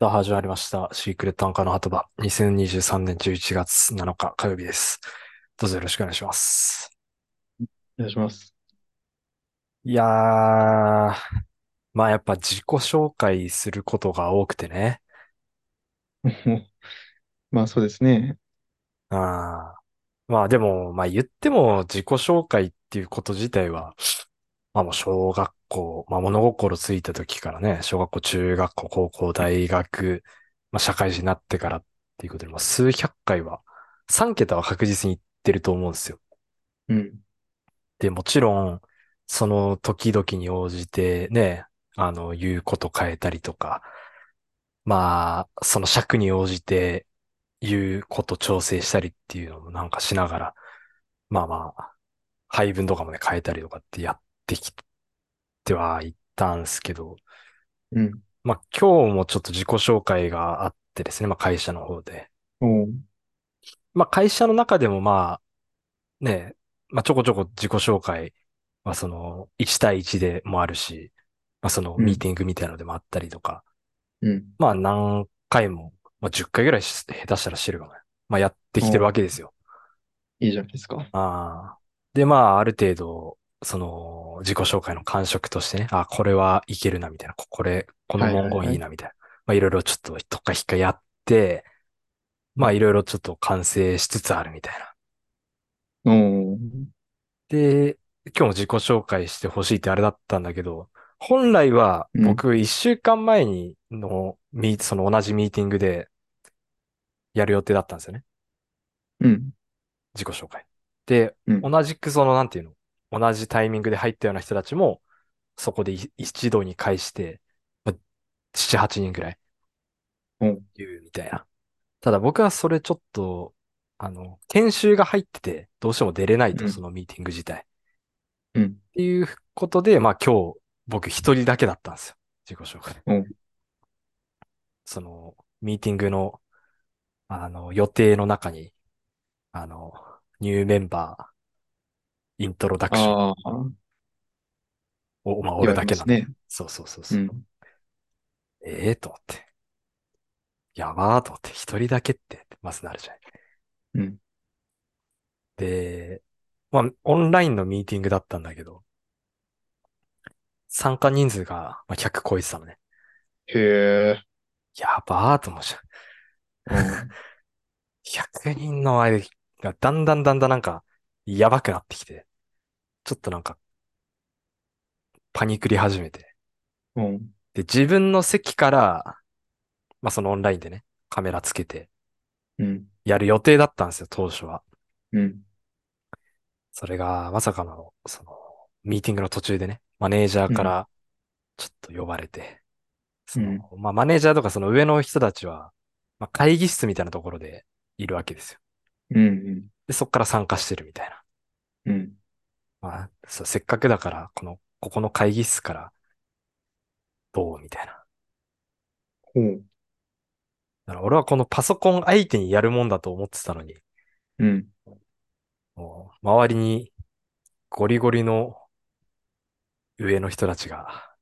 さあ、始まりました。シークレットアンカーの鳩場。2023年11月7日火曜日です。どうぞよろしくお願いします。お願いします。 いやー、まあやっぱ自己紹介することが多くてね。まあそうですね。あーまあでも、まあ言っても自己紹介っていうこと自体は、まあもう小学校、まあ物心ついた時からね、小学校、中学校、高校、大学、まあ社会人になってからっていうことで、まあ数百回は、3桁は確実に行ってると思うんですよ。うん。で、もちろん、その時々に応じてね、あの、言うこと変えたりとか、まあ、その尺に応じて言うこと調整したりっていうのもなんかしながら、まあまあ、配分とかもね、変えたりとかってやってきてはいったんですけど、うん。まあ今日もちょっと自己紹介があってですね、まあ会社の方で。おう。まあ会社の中でもまあ、ね、まあちょこちょこ自己紹介はその1対1でもあるし、まあそのうミーん。ティングみたいなのでもあったりとか、うん。まあ何回も、まあ10回ぐらいし下手したらしてるかもね。まあやってきてるおわう。けですよ。いいじゃないですか。ああ。で、まあ、ある程度、その、自己紹介の感触としてね、あ、これはいけるな、みたいな、ここれ、このはい文はい言はいいい。な、みたいな。まあ、いろいろちょっと、とっかひっかやって、まあ、いろいろちょっと完成しつつあるみたいな。おう。で、今日も自己紹介してほしいってあれだったんだけど、本来はうん。僕、一週間前にの、ミーその同じミーティングでやる予定だったんですよね。うん。自己紹介。で、うん。同じくその、なんていうの、同じタイミングで入ったような人たちも、そこでい一堂に会して、まあ、7、8人ぐらいおう。言うみたいな。ただ僕はそれちょっと、あの、研修が入ってて、どうしても出れないうと、そん。のミーティング自体。っうん。ていうことで、まあ今日、僕一人だけだったんですよ。自己紹介。おう。その、ミーティングの、あの、予定の中に、あの、ニューメンバー、イントロダクションああ、を、まあ俺言われだまけなすんで。ね。そうそうそううそう。ん。ええと思って。やばーと思って、一人だけって、まずなるじゃん。うん。で、まあ、オンラインのミーティングだったんだけど、参加人数がまあ100超えてたのね。へえ。やばーと思うじゃん。おう。 100人の前がだんだんだんだんなんか、やばくなってきて、ちょっとなんかパニクり始めて。 おう。で、自分の席から、まあ、そのオンラインでね、カメラつけて、うん。やる予定だったんですよ、当初は。うん。それが、まさかの、その、ミーティングの途中でね、マネージャーうかん。ら、ちょっと呼ばれて、うその、ん。まあ、マネージャーとかその上の人たちは、まあ、会議室みたいなところでいるわけですよ。うん。で、そこから参加してるみたいな。うん。まあ、そうせっかくだから、この、ここの会議室からどうみたいな。おう。だから俺はこのパソコン相手にやるもんだと思ってたのに、うん。もう周りにゴリゴリの上の人たちが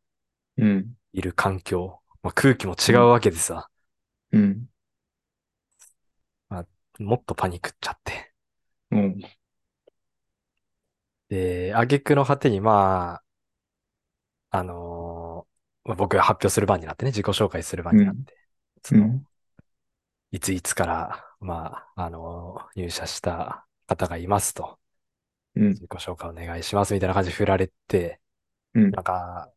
うん。いる環境、まあ、空気も違う。うんわけでさ、うん。まあ、もっとパニックっちゃって。おう。で、挙句の果てに、まあ、あのーまあ僕が発表する番になってね、自己紹介する番うになっん。て、そうの、ん。いついつから、まあ、あのー入社した方がいますと、うん。自己紹介お願いしますみたいな感じで振られて、うん。なんか、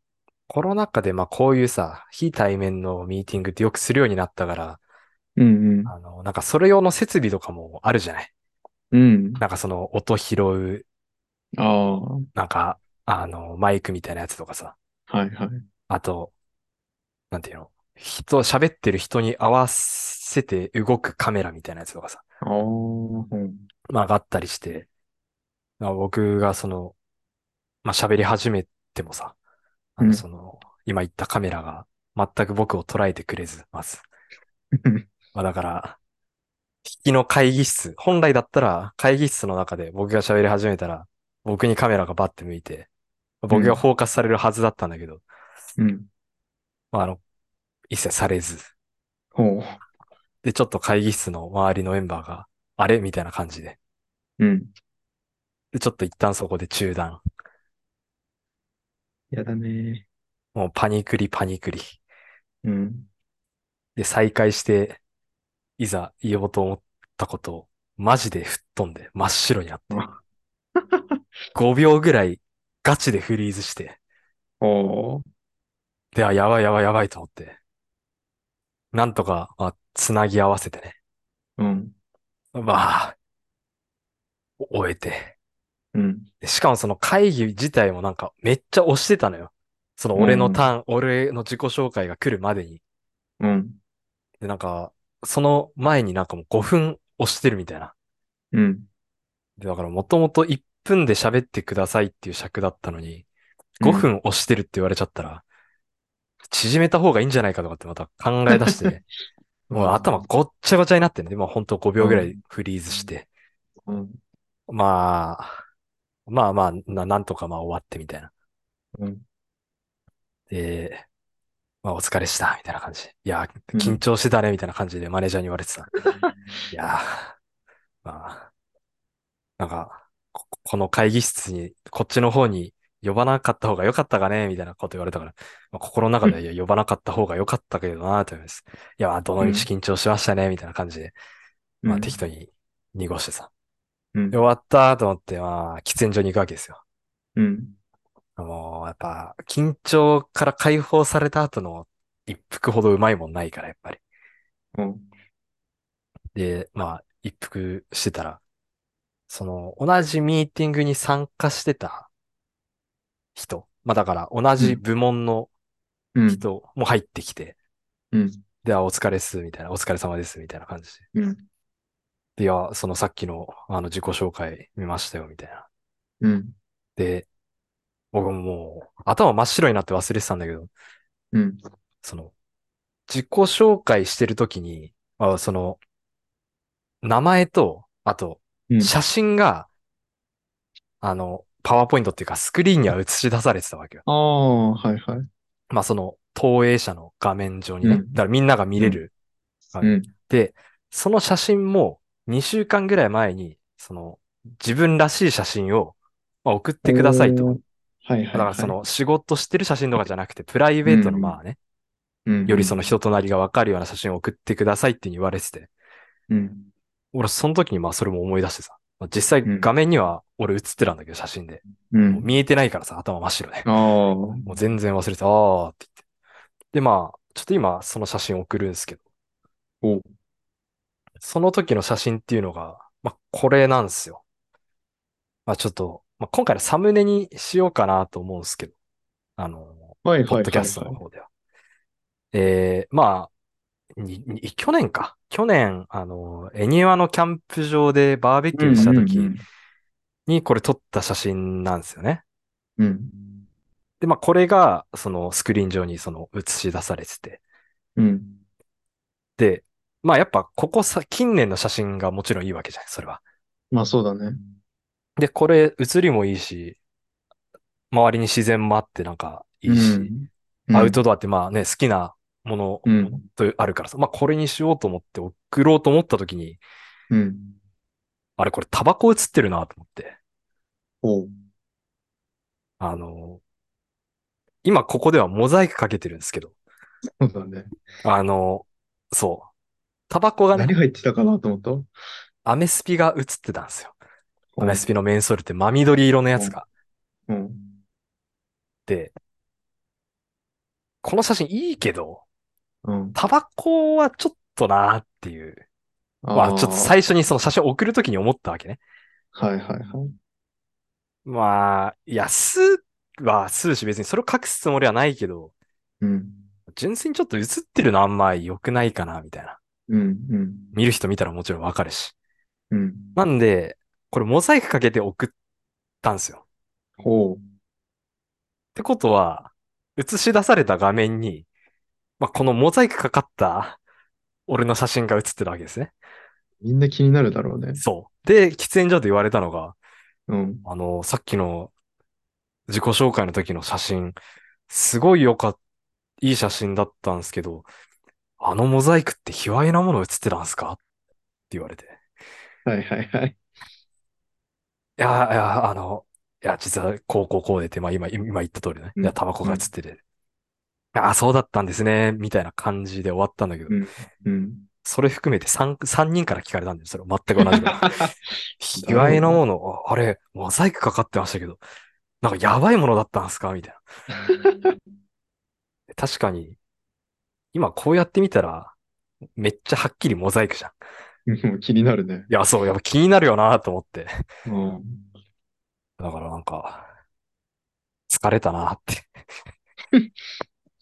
コロナ禍でまあこういうさ、非対面のミーティングってよくするようになったから、うん。うん。あの、なんかそれ用の設備とかもあるじゃない。うん。なんかその音拾う、ああ。はなんか、あの、マイクみたいなやつとかさ、いはい。あと、なんていうの人、喋ってる人に合わせて動くカメラみたいなやつとかさ、ああ。うん。まあ、があったりして、まあ僕がその、まあ、喋り始めてもさ、あうの、ん。その、今言ったカメラが全く僕を捉えてくれず、ます。 まあ、だから、引きの会議室、本来だったら会議室の中で僕が喋り始めたら、僕にカメラがバッて向いて、う僕がん。フォーカスされるはずだったんだけど、うん。まあ、あの、一切されず。ほう。で、ちょっと会議室の周りのメンバーが、あれみたいな感じで。うん。で、ちょっと一旦そこで中断。やだね。もうパニクリパニクリ。うん。で、再開して、いざ言おうと思ったことを、マジで吹っ飛んで、真っ白になって。5秒ぐらいガチでフリーズして、ほで、あ、やばいやばいやばいと思って。なんとか、まあ、つなぎ合わせてね。う。うん。まあ、終えて。うん。でしかもその会議自体もなんかめっちゃ押してたのよ。その俺のターン、俺の自己紹介が来るまでに。うん。で、なんか、その前になんかもう5分押してるみたいな。うん。で、だからもともと1分で喋ってくださいっていう尺だったのに、うん5分押してるって言われちゃったら、縮めた方がいいんじゃないかとかってまた考え出 して、もう頭ごっちゃごちゃになってね。で、まあ本当5秒ぐらいフリーズして、うん。まあ、まあまあ、な、なんとかまあ終わってみたいな。うん。で、まあお疲れした、みたいな感じ。いや、うん緊張してたね、みたいな感じでマネージャーに言われてた。いやー、まあ、なんか、こ、この会議室に、こっちの方に呼ばなかった方が良かったかねみたいなこと言われたから、まあ、心の中では、いや、呼ばなかった方が良かったけどなーって思います。いや、どのみち緊張しましたね、みたいな感じで、まあ、適当に濁してさ。うんで、終。わったと思って、まあ、喫煙所に行くわけですよ。うん。もう、やっぱ、緊張から解放された後の一服ほどうまいもんないから、やっぱり。ほう。で、まあ、一服してたら、その、同じミーティングに参加してた人、まあだから同じ部門のうん。人も入ってきて、うん。で、あ、お疲れっす、みたいな、お疲れ様です、みたいな感じうん。で。いや、そのさっきの、あの、自己紹介見ましたよ、みたいな。うん。で、僕ももう、頭真っ白になって忘れてたんだけど、うん。その、自己紹介してるときに、あ、その、名前と、あと、うん。写真が、あの、パワーポイントっていうかスクリーンには映し出されてたわけよ。ああ、はいはい。まあその投影者の画面上にね。うんだからみんなが見れる。はいうん。で、その写真も2週間ぐらい前に、その自分らしい写真をまあ送ってくださいおとー。。はいはい。だからそ、の仕事してる写真とかじゃなくて、プライベートのうんまあね、うん。よりその人となりがわかるような写真を送ってくださいっていうふうに言われてて。うん。俺その時にまあそれも思い出してさ。まあ実際画面には俺映ってたんだけど写真で。う。もうん見えてないからさ、頭真っ白で。ああ。もう全然忘れてた、あーって言って。で、まあ、ちょっと今、その写真送るんですけど、おう。その時の写真っていうのが、まあ、これなんですよ。まあ、ちょっと、まあ、今回のサムネにしようかなと思うんですけど、あの、はいポはッドいはいキャストの方では。えー、まあ、に、に去年か。去年、あの、恵庭のキャンプ場でバーベキューした時にこれ撮った写真なんですよね。うん。で、まあ、これが、そのスクリーン上にその映し出されてて、うん。で、まあやっぱここさ、近年の写真がもちろんいいわけじゃない、それは。まあそうだね。で、これ写りもいいし、周りに自然もあってなんかいいし、うん。アウトドアってまあね、好きなものうん。とあるからさ、まあこれにしようと思って送ろうと思った時に、うん。あれこれタバコ写ってるなと思って、おう。あの、今ここではモザイクかけてるんですけど、そうだね。あの、そう。タバコがね何、入ってたかなと思ったアメスピが写ってたんですよ。アメスピのメンソールって真緑色のやつが。うん。で、この写真いいけど、うん。タバコはちょっとなーっていう。まあ、ちょっと最初にその写真を送るときに思ったわけね。はいはいはい。まあ、いや、吸うは吸うし別にそれを隠すつもりはないけど、うん。純粋にちょっと写ってるのあんま良くないかな、みたいな。うん。うん。見る人見たらもちろんわかるし。うん。なんで、これモザイクかけて送ったんですよ。っおう。てことは、映し出された画面に、まあ、このモザイクかかった俺の写真が写ってるわけですね。みんな気になるだろうね。そう。で、喫煙所で言われたのが、うん。あの、さっきの自己紹介の時の写真、すごい良かった、いい写真だったんですけど、あのモザイクって卑猥なもの映ってたんすかって言われて。はいはいはい。いや、いや、あの、いや、実は、こう、こう、こうでて、まあ、今、今言った通りね。うんいや、タバコが映ってて。ああ、そうだったんですね。みたいな感じで終わったんだけど、うん。うん。それ含めて3、三人から聞かれたんですよ。それ全く同 じこと。卑猥なもの、ああれ、モザイクかかってましたけど、なんかやばいものだったんすかみたいな。確かに、今こうやってみたら、めっちゃはっきりモザイクじゃん。 もう気になるね。いや、そう、やっぱ気になるよなと思って。うん。だからなんか、疲れたなって。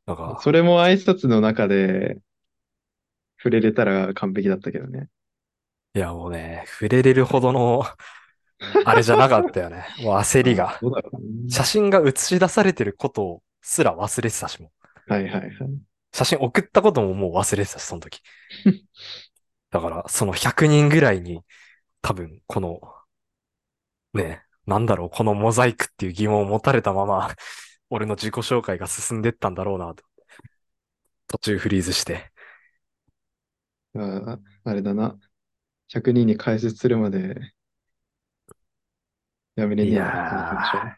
なんか、それも挨拶の中で触れれたら完璧だったけどね。いやもうね、触れれるほどの、あれじゃなかったよね。もう焦りが。どうだろうね写真が映し出されてることすら忘れてたしも。はいはいはい。写真送ったことももう忘れてたし、その時。だから、その100人ぐらいに、多分、この、ねえ、なんだろう、このモザイクっていう疑問を持たれたまま、俺の自己紹介が進んでったんだろうなと。途中フリーズして。あーあれだな。100人に解説するまで、やめれねえいなやってなーっ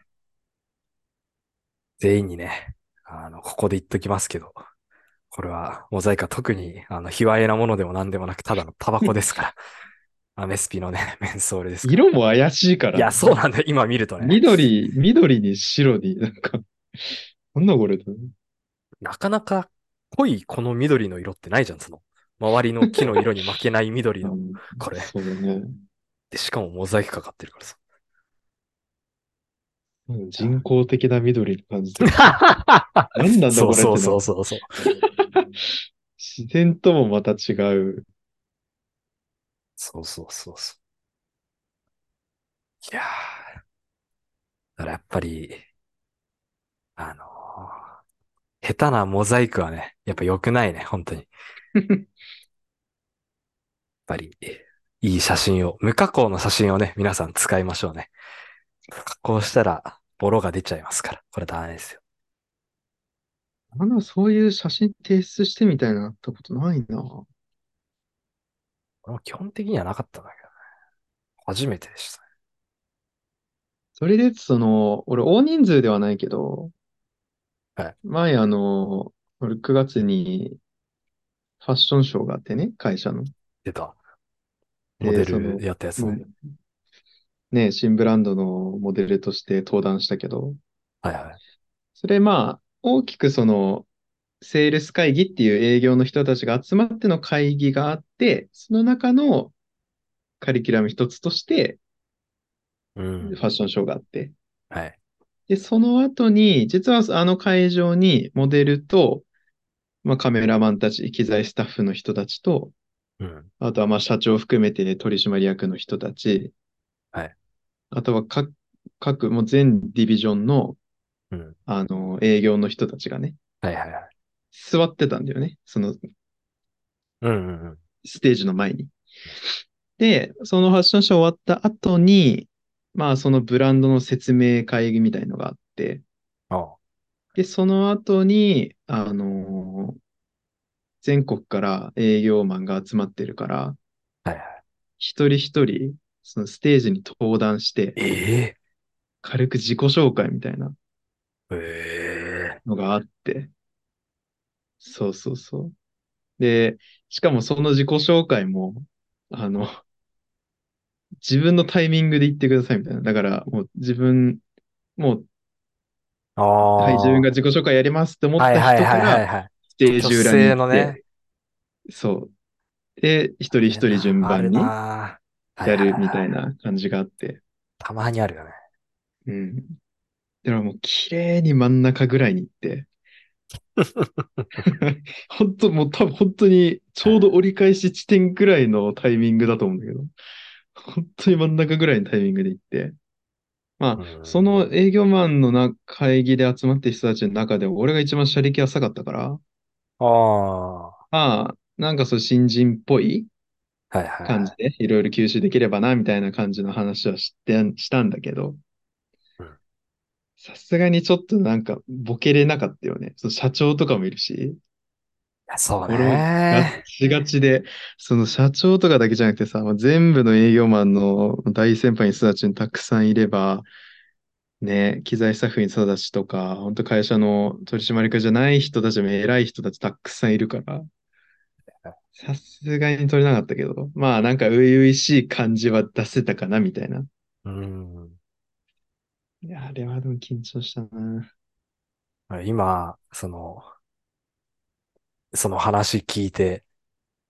全員にね、あの、ここで言っときますけど、これは、モザイクは特に、あの、卑猥なものでも何でもなく、ただのタバコです から。アメスピのね、メンソールですか。たでしょ色も怪しいからら。いや、そうなんだよ、今見るとね。緑、緑に白に、なんか、 なんだこれ。なかなか濃いこの緑の色ってないじゃん、その。周りの木の色に負けない緑の。これそうだね。で、しかもモザイクかかってるからさ。うん人工的な緑の感 じで。 なんなんだそうそうそこれってなうそうそう。自然ともまた違 う。そうそうそうそう。いやー。だからやっぱり、あのー下手なモザイクはね、やっぱ良くないね、本当に。やっぱり、いい写真を、無加工の写真をね、皆さん使いましょうね。加工したら、ボロが出ちゃいますから。これダメですよ。あの、そういう写真提出してみたいなったことないな。俺も基本的にはなかったんだけどね。初めてでしたね。それで言うと、その、俺、大人数ではないけど、はい前、あの、俺、9月に、ファッションショーがあってね、会社の。出た。でモデそのルやったやつね。ね、新ブランドのモデルとして登壇したけど、はいはい。それ、まあ、大きくその、セールス会議っていう営業の人たちが集まっての会議があって、その中のカリキュラム一つとして、うフん。ァッションショーがあって、はい。で、その後に、実はあの会場にモデルと、まあ、カメラマンたち、機材スタッフの人たちと、うん。あとはまあ社長含めて取締役の人たち、はい。あとは各、各、もう全ディビジョンの、うん。あの、営業の人たちがね、はいはいはい。座ってたんだよね。そのうんうんうん。ステージの前に。で、そのファッションショー終わった後に、まあそのブランドの説明会議みたいのがあって、ああ。で、その後に、あのー全国から営業マンが集まってるから、はいはい。一人一人、そのステージに登壇して、ええ軽く自己紹介みたいなええのがあって。そうそうそう。で、しかもその自己紹介も、あの、自分のタイミングで言ってくださいみたいな。だから、もう自分、もう、ああ。はい、自分が自己紹介やりますって思っはたい人かはいはいはいら、はい。ステージ裏に女性行のってね、そう。で、一人一人順番にやあるなるみたな。いな感じがあって。たまにあるよね。うん。だからもう綺麗に真ん中ぐらいに行 って。本当もう多分本当にちょうど折り返し地点ぐらいのタイミングだと思うんだけど。本当に真ん中ぐらいのタイミングで行って。まあ、うんその営業マンのな会議で集まってる人たちの中で俺が一番車力浅かったから、ああ。はまあ、なんかそう新人っぽいいはいはい。感じでいろいろ吸収できればな、みたいな感じの話はしてしたんだけどうん、さすがにちょっとなんかボケれなかったよね。その社長とかもいるし、いそう俺もガね。チガチで、その社長とかだけじゃなくてさ、まあ全部の営業マンの大先輩に人たちにたくさんいれば、ね、機材スタッフに人たちとか、本当会社の取締役じゃない人たちも偉い人たちたくさんいるから、さすがに取れなかったけど、まあなんか初々しい感じは出せたかな、みたいな。うん。いや、あれはでも緊張したな。今、その、その話聞いて、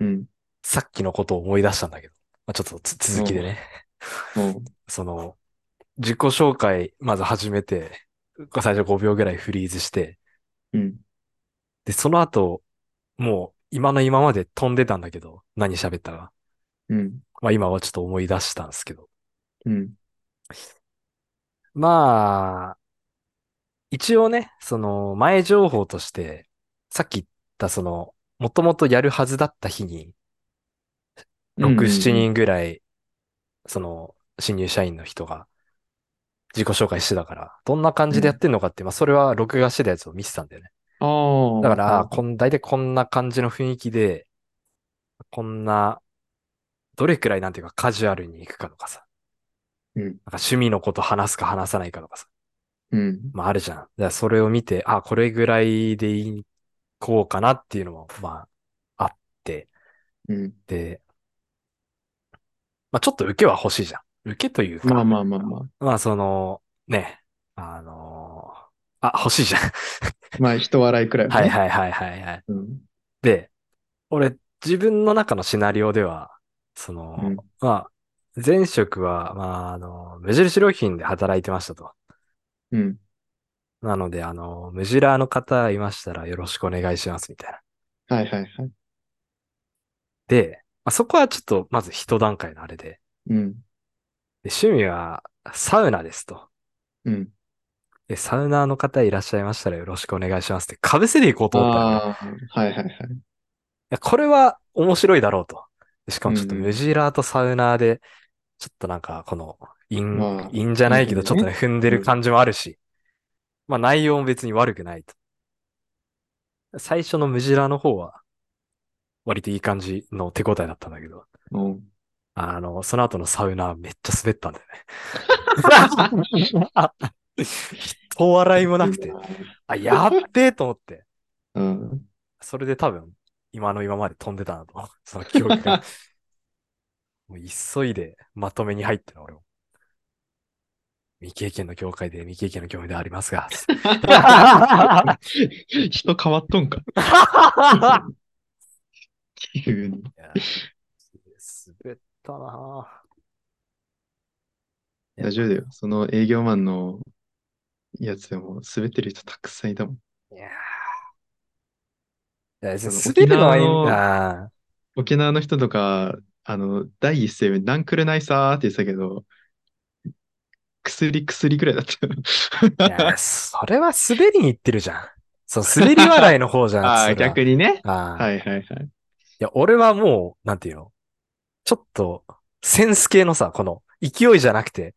うん。さっきのことを思い出したんだけど、まあ、ちょっとつ続きでもね。う、もその、自己紹介、まず始めて、最初5秒ぐらいフリーズして、う、うん。で、その後、もう今の今まで飛んでたんだけど、何喋ったか。うん。まあ今はちょっと思い出したんですけど。うん。まあ、一応ね、その前情報として、さっき言ったその、もともとやるはずだった日に、うん。 6、う7ん。人ぐらい、その、新入社員の人が自己紹介してたから、どんな感うじでやっん。てんのかって、まあそれは録画してたやつを見てたんだよね。ああだかー、ら、はあーいはこい。ん、大体こんな感じの雰囲気で、こんな、どれくらいなんていうかカジュアルに行くかとかさ、うん。なんか趣味のこと話すか話さないかとかさ、うん。まああるじゃん。だからそれを見て、あ、これぐらいでいこうかなっていうのも、まあ、あって、うん。で、まあちょっと受けは欲しいじゃん。受けというまあか、まあまあまあ。まあその、ね、あのーあ、欲しいじゃん。 まあ、人笑いくらいははいね。はいはいはいはい。うん。で、俺、自分の中のシナリオでは、そうの、ん。まあ、前職は、まあ、あの、無印良品で働いてましたと。うん。なので、あの、ムジラーの方いましたらよろしくお願いしますみたいな。はいはいはい。で、まあ、そこはちょっと、まず一段階のあれで、うん。で趣味はサウナですと。うん。で、サウナーの方いらっしゃいましたらよろしくお願いしますって、被せていこうと思ったのね。いああ、はいはいはい。や、これは面白いだろうと。でしかうもんちょっとうムん。ジラーとサウナーで、ちょっとなんか、この、陰、まあ、陰じゃないけいいど、ちょっとね。ね、踏んでうるん。感じもあるし、まあ内容も別に悪くないと。最初のムジラーの方は、割といい感じの手応えだったんだけど、うん。あの、その後のサウナめっちゃ滑ったんだよね。 人笑いもなくて、あ、やっべえと思って、うん。 それで多分、今の今まで飛んでたなと 思う、その記憶が。もう急いでまとめに入っての俺も。未経験の業界で未経験の業界でありますが、つって人変わっとんか。い急に。や滑ったなぁ。いや、大丈夫だよ。その営業マンのやつでも滑ってる人たくさんいたもん。いやいやあの、滑沖るの縄はいいんの、だ。あ沖縄の人とか、あの、第一声目、なんくれないさーって言ってたけど、薬薬くらいだ ったよ。ーいや、それは滑りに行ってるじゃん。そう、滑り笑いの方じゃん、 あそあ、れは。逆にね。ああ。はいはいはい。いや、俺はもう、なんていうのちょっと、センス系のさ、この、勢いじゃなくて、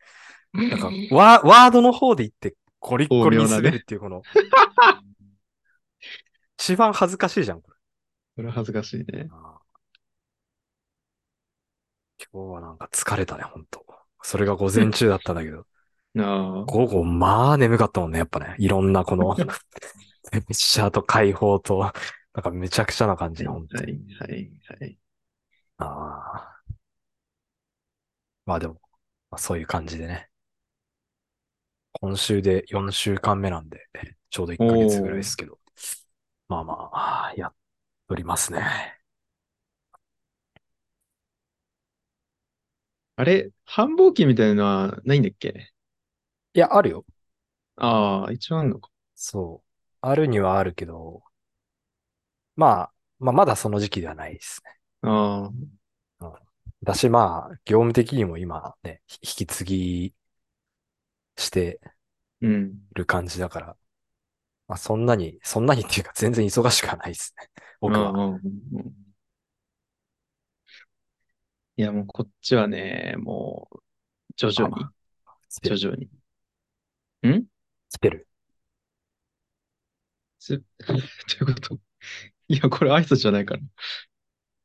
なん か、ワー、ワードの方で言って、ゴリッ巧ゴリに妙だ滑るっね。ていう、この、一番恥ずかしいじゃん、これ。それは恥ずかしいね。ああ今日はなんか疲れたね、ほんと。それが午前中だったんだけど、あ午後、まあ眠かったもんね、やっぱね。いろんなこの、プレッシャーと解放と、なんかめちゃくちゃな感あ、じはで、い本当はに。いはいはい。ああ。まあでも、まあ、そういう感じでね。今週で4週間目なんで、ちょうど1ヶ月ぐらいでおすお、けど。まあまあ、やっとりますね。あれ、繁忙期みたいなのはないんだっけいや、あるよ。ああ、一応あんのか。そう。あるにはあるけど、まあ、まあまだその時期ではないですね。ああ、うん。だしまあ、業務的にも今ね、ひ引き継ぎしてうん。る感じだから、まあそんなに、そんなにっていうか全然忙しくはないですね。 あ僕は。あ、うんうんいや、もうこっちはね、もう、徐あ、々まに、あ、来て徐る。々に。ん来てる。 す、どういうこといや、これ挨拶じゃないか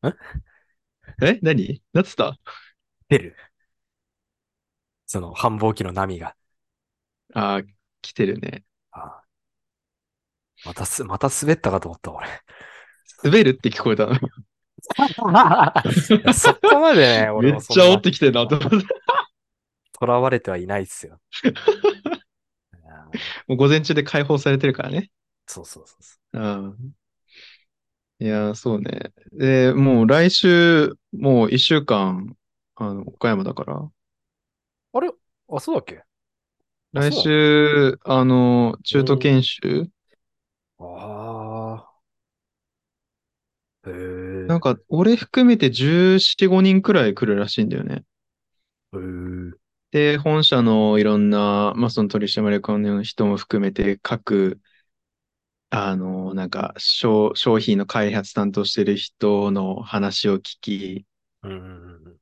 ら。え何なつった出る。その繁忙期の波が。ああ、来てるね。あーまたす、また滑ったかと思った、 俺。滑るって聞こえたの。いやそこまでね、 め俺っもそんちゃな煽ってきてるなと思って。囚われてはいないっす よ。いやーもう午前中で解放されてるからね。そうそうそうそうん。いやー、そうね。で、もう来週、もう一週間、あの、岡山だから。う。あれあ、そうだっけあ来そう週、あの、中途研修ああ。へえ。なんか、俺含めて14、5人くらい来るらしいんだよね。へーで、本社のいろんな、まあ、その取締役の人も含めて、各、あの、なんか、商、商品の開発担当してる人の話を聞き、うんうんうん。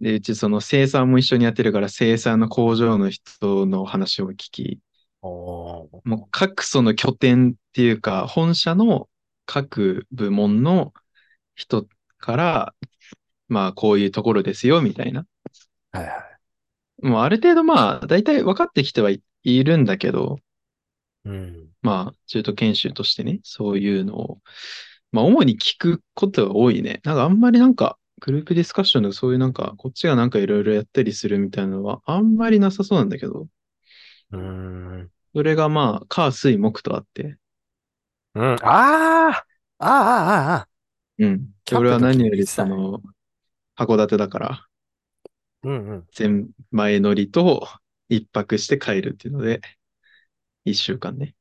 で、うちその生産も一緒にやってるから、生産の工場の人の話を聞き、おーもう各その拠点っていうか、本社の各部門の人から、まあ、こういうところですよ、みたいな。はいはい。もうある程度まあ、大体分かってきてはい、いるんだけど、うん。まあ、中途研修としてね、そういうのを、まあ、主に聞くことが多いね。なんかあんまりなんか、グループディスカッションでそういうなんか、こっちがなんかいろいろやったりするみたいなのは、あんまりなさそうなんだけど、うーん。それがまあ、火、水、木とあって、うん。あーあああああうん。キャンプ俺はの時何により言ってたねその、函館だから、うんうん。全前乗りと一泊して帰るっていうので、一週間ね。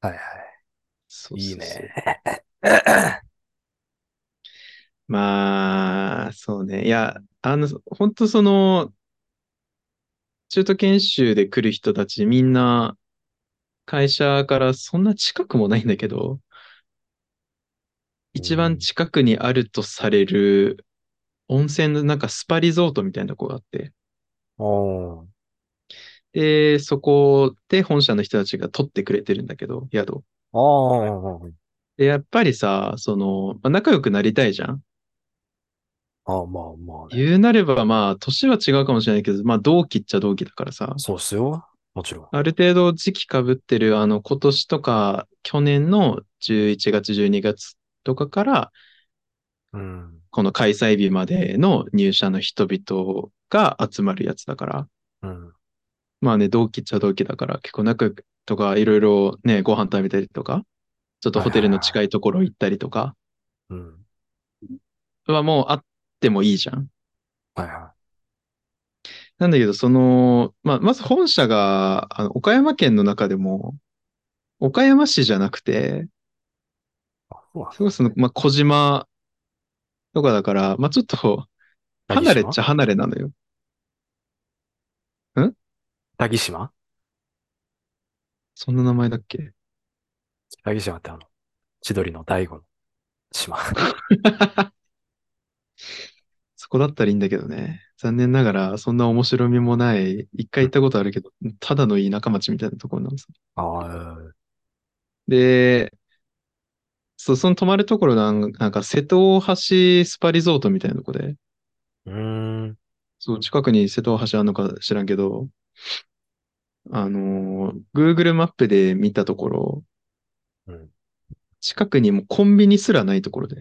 はいはい。そういいそうねそう。まあ、そうね。いや、あの、本当その、中途研修で来る人たちみんな、会社からそんな近くもないんだけど、一番近くにあるとされる温泉のなんかスパリゾートみたいなとこがあって、 おーで、そこで本社の人たちが取ってくれてるんだけど、宿を。おーで、やっぱりさ、その、まあ、仲良くなりたいじゃん。あーまあまあね。言うなれば、まあ、年は違うかもしれないけど、まあ、同期っちゃ同期だからさ、そうっすよ。もちろん。ある程度時期かぶってる、あの、今年とか、去年の11月、12月とかから、うん。この開催日までの入社の人々が集まるやつだから、うん。まあね、同期っちゃ同期だから、結構仲良くとか、いろいろね、ご飯食べたりとか、ちょっとホテルの近いところ行ったりとかうん。はもうあってもいいじゃん。はいはなんだけど、その、まあ、まず本社が、あの、岡山県の中でも、岡山市じゃなくて、い。あそうなんすごいその、まあ、小島とかだから、まあ、ちょっと、だ離れっちゃ離れなのよ。北木島そんな名前だっけ北木島ってあの、千鳥の大悟の島。 そこだったらいいんだけどね。残念ながら、そんな面白みもない、一回行ったことあるけど、ただの田舎町みたいなところなんです。ああ、で、そう、その泊まるところなんなんか、瀬戸大橋スパリゾートみたいなとこで、うーん。そう、近くに瀬戸大橋あるのか知らんけど、あのー、Google マップで見たところ、うん近くにもうコンビニすらないところで、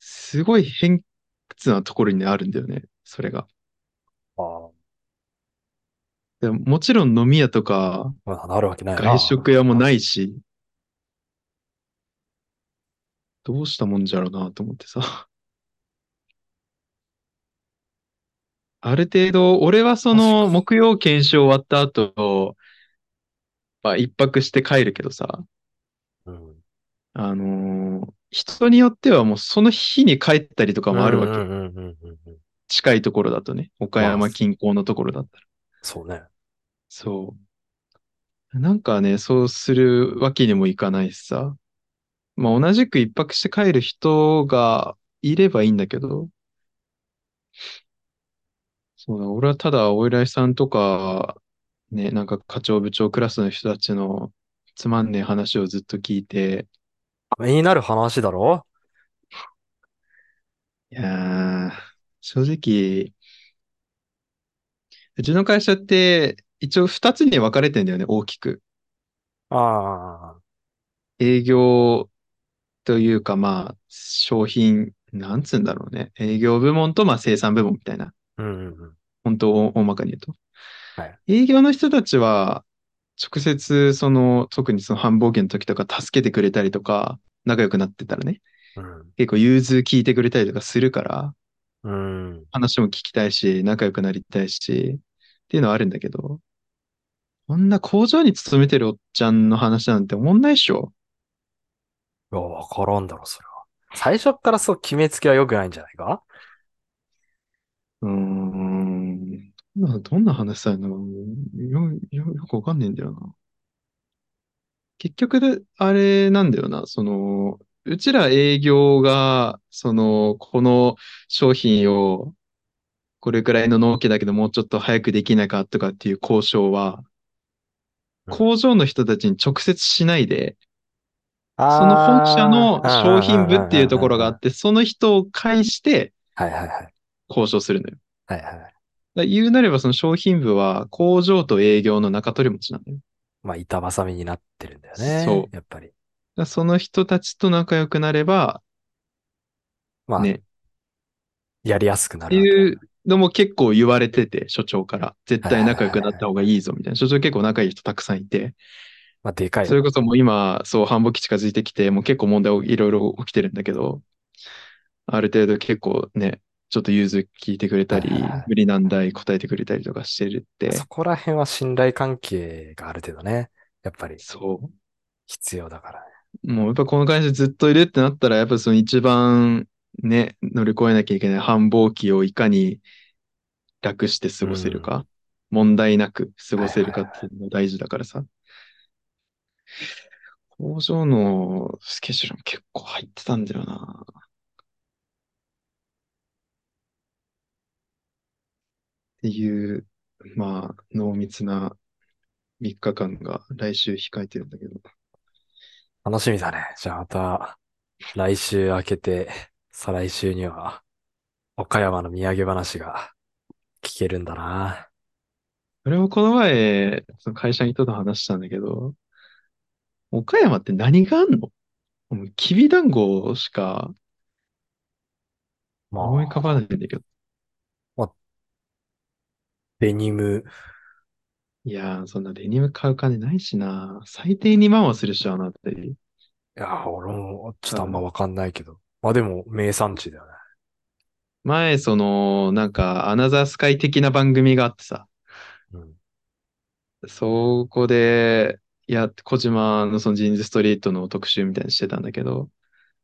すごい偏屈なところにあるんだよね、それが。あーでももちろん飲み屋とかまあ、なるわけないな。外食屋もないし、どうしたもんじゃろうなと思ってさ。 ある程度、俺はその木曜研修終わった後、まあ一泊して帰るけどさ、うん。あのー人によってはもうその日に帰ったりとかもあるわけ。うんうんうんうんうんうん。近いところだとね、岡ま山あ近郊のところだったら。そうね。そう。なんかね、そうするわけにもいかないしさ。まあ同じく一泊して帰る人がいればいいんだけど。そうだ、俺はただお偉いさんとか、ね、なんか課長部長クラスの人たちのつまんねえ話をずっと聞いて、ためになる話だろいやー、正直、うちの会社って一応二つに分かれてんだよね、大きく。ああ、営業というか、まあ、商品、なんつうんだろうね。営業部門と、まあ、生産部門みたいな。うんうんうん。本当大大まかに言うと。はい営業の人たちは、直接、その、特にその繁忙期の時とか、助けてくれたりとか、仲良くなってたらね、うん。結構融通聞いてくれたりとかするから、うん。話も聞きたいし、仲良くなりたいし、っていうのはあるんだけど、こんな工場に勤めてるおっちゃんの話なんて思んないっしょ。いや、わからんだろ、それは。最初っからそう決めつけは良くないんじゃないかうーん。どんなどんな話だよな。よ、よ、よくわかんねえんだよな。結局で、あれなんだよな。その、うちら営業が、その、この商品を、これくらいの納期だけど、もうちょっと早くできないかとかっていう交渉は、うん工場の人たちに直接しないで、その本社あのあ、商品部っていうところがあうんって、その人を介してうんうんうんうんはいはいはい。交渉するのよ。はいはいはい。だから言うなればその商品部は工場と営業の中取り持ちなんだよ。だかまあ、板挟みになってるんだよね。そうやっぱり。らその人たちと仲良くなれば、まあ、ね、やりやすくなってるわけだ。いうのも結構言われてて、所長から。絶対仲良くなった方がいいぞ、みたいな。所長結構仲いい人たくさんいて。まあ、でかいそな。れこそもう今、そう、繁忙期近づいてきて、もう結構問題いろいろ起きてるんだけど、ある程度結構ね、ちょっと融通聞いてくれたりはいはいはい、無理難題答えてくれたりとかしてるって。そこら辺は信頼関係がある程度ね、やっぱりそう。必要だからね。もうやっぱこの会社ずっといるってなったら、やっぱその一番ね、乗り越えなきゃいけない繁忙期をいかに楽して過ごせるか、問題なく過ごせるかっていうのが大事だからさ。工場のスケジュールも結構入ってたんだよな。っていう、まあ、濃密な3日間が来週控えてるんだけど。楽しみだね。じゃあまた、来週明けて、再来週には、岡山の土産話が聞けるんだな。俺もこの前、その会社の人と話したんだけど、岡山って何があんのもうきびだんごしかま思い浮かあ、ばないんだけど。デニム。いやー、そんなデニム買う金ないしな。最低2万はするっしょ、あなたり。いや、俺もちょっとあんまわかんないけど。まあでも、名産地だよね。前、その、なんか、アナザースカイ的な番組があってさ、うん。そこで、いや、小島のそのジーンズストリートの特集みたいにしてたんだけど、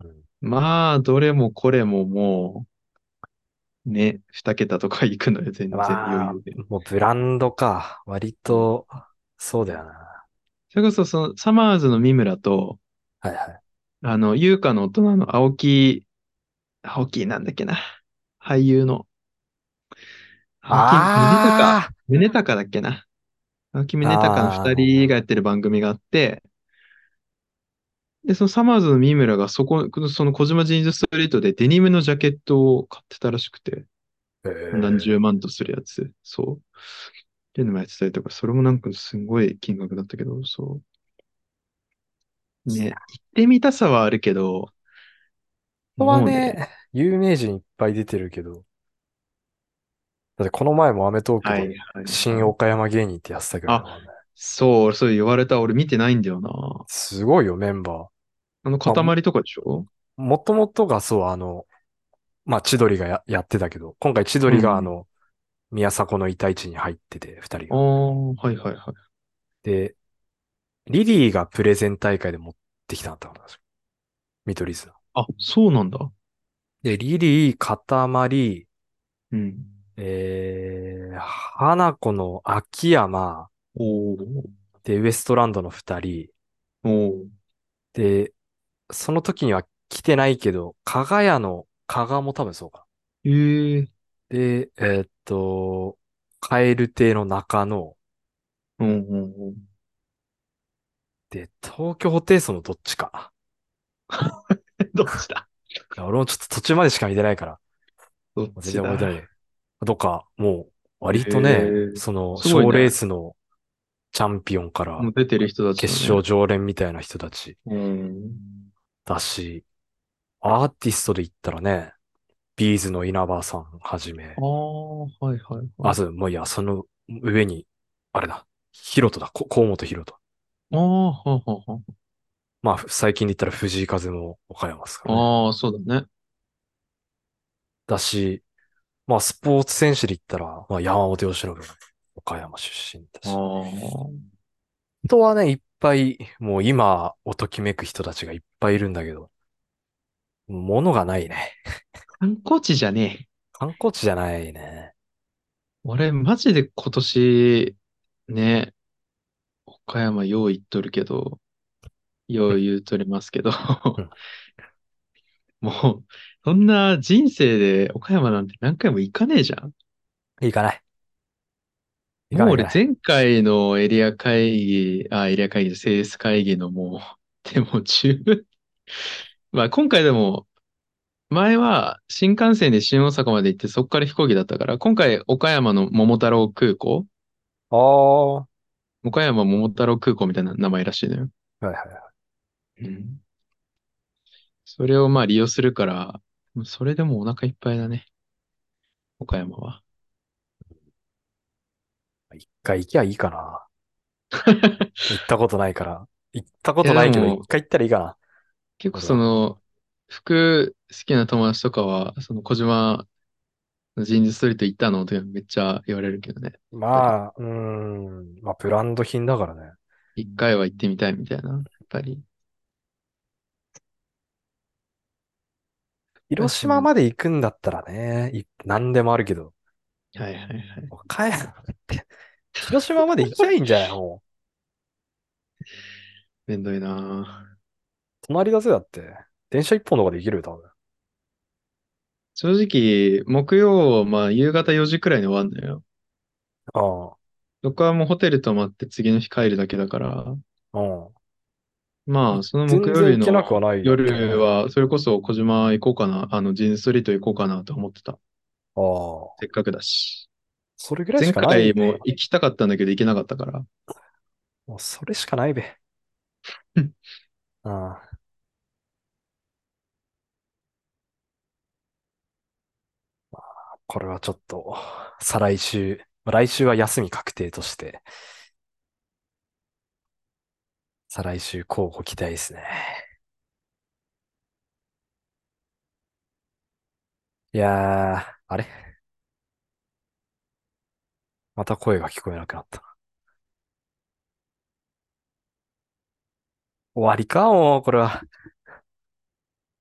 うんまあ、どれもこれももう、ね、2桁とか行くのよ、全然まあ余裕で。、もうブランドか。割と、そうだよな。それこそ、その、サマーズの三村と、はいはい。あの、優香の大人の青木、青木なんだっけな。俳優の。青木、ああ宗隆、宗隆だっけな。青木宗隆の二人がやってる番組があって、で、そのサマーズの三村がそこ、その小島ジーンズストリートでデニムのジャケットを買ってたらしくて、え何ー十万とするやつ。そう。っていうのもやってたりとか、それもなんかすごい金額だったけど、そう。ね、行ってみたさはあるけど、ここはもうね、有名人いっぱい出てるけど。だってこの前もアメトーはい、クはでい。新岡山芸人ってやってたけどね、そう、そう言われた。俺見てないんだよな。すごいよ、メンバあの、塊とかでしょー。もともとがそう、あの、まあ、千鳥がや、やってたけど、今回千鳥うがんあの、宮迫の板市に入ってて、二人あが。あー、はいはいはい。で、リリーがプレゼン大会で持ってきたんだったんですよ。見取り図の。あ、そうなんだ。で、リリー、かたまり、うん。えー、花子の秋山、おー、で、ウエストランドの二人、おー、で、その時には来てないけど、加賀屋の加賀も多分そうか。ええで、えーっと、カエル亭の中野、うんうんうん。で、東京ホテイソンのどっちか。 どっちだいや俺もちょっと途中までしか見てないから、どっ全ち然覚えてないだね。どっか、もう、割とねへー、その、すごいね賞レースのチャンピオンからもう出てる人たちだね決勝。常連みたいな人たちうん。だし、アーティストで言ったらね、ビーズの稲葉さんはじめあ、あ、はいはいはあ、い。そう、もういや、その上に、あれだ、ヒロトだ、こ河本ヒロト。ああ、はあはあはまあ、ふ最近で言ったら藤井風も岡山ですからね、あ。ああ、そうだね。だし、まあ、スポーツ選手で言ったら、まあ、山本由伸も岡山出身だし。あ人はね、いっぱい、もう今をときめく人たちがいっぱいいるんだけど、物がないね。あ。観光地じゃねえ。観光地じゃないね。俺、マジで今年、ね、岡山よう言っとるけど、よう言うとります けど、んもう、そんな人生で岡山なんて何回も行かねえじゃん。行かない。行かもうない行俺かない。前回のエリア会議、あ、エリア会議、セールス会議のもう、 でも十分。まあ今回でも、前は新幹線で新大阪まで行ってそこから飛行機だったから、今回岡山の桃太郎空港、ああ。は岡山桃太郎空港みたいな名前らしいのよ。いはい。うん。それをまあ利用するから、それでもうお腹いっぱいだね。岡山は。一回行きゃいいかな。行ったことないから。行ったことないけど、いやでも一回行ったらいいかな。結構その、服好きな友達とかは、その小島のジーンズストリート行ったのとかめっちゃ言われるけどね。まあ、うーん。まあ、ブランド品だからね。一回は行ってみたいみたいな、やっぱり。広島まで行くんだったらね、い何でもあるけど、はいはいはい。岡山 って、広島まで行きゃいいんじゃないもう。めんどいなぁ隣だぜだって。電車一本とかで行けるよ、多分。正直、木曜、まあ夕方4時くらいに終わるのよ。あ僕はもうホテル泊まって次の日帰るだけだから、あ、うん。まあその全木曜然日行けなくのはないよ。夜は、それこそ小島行こうかな、あのジーンズストリート行こうかなと思ってた。ああ、せっかくだし。それぐらい前しかない、回も行きたかったんだけど行けなかったから。もうそれしかないべ。うんああ。まあこれはちょっと、再来週、まあ来週は休み確定として、再来週候補期待ですね。いやー、あれまた声が聞こえなくなった。終わりかもう、これは。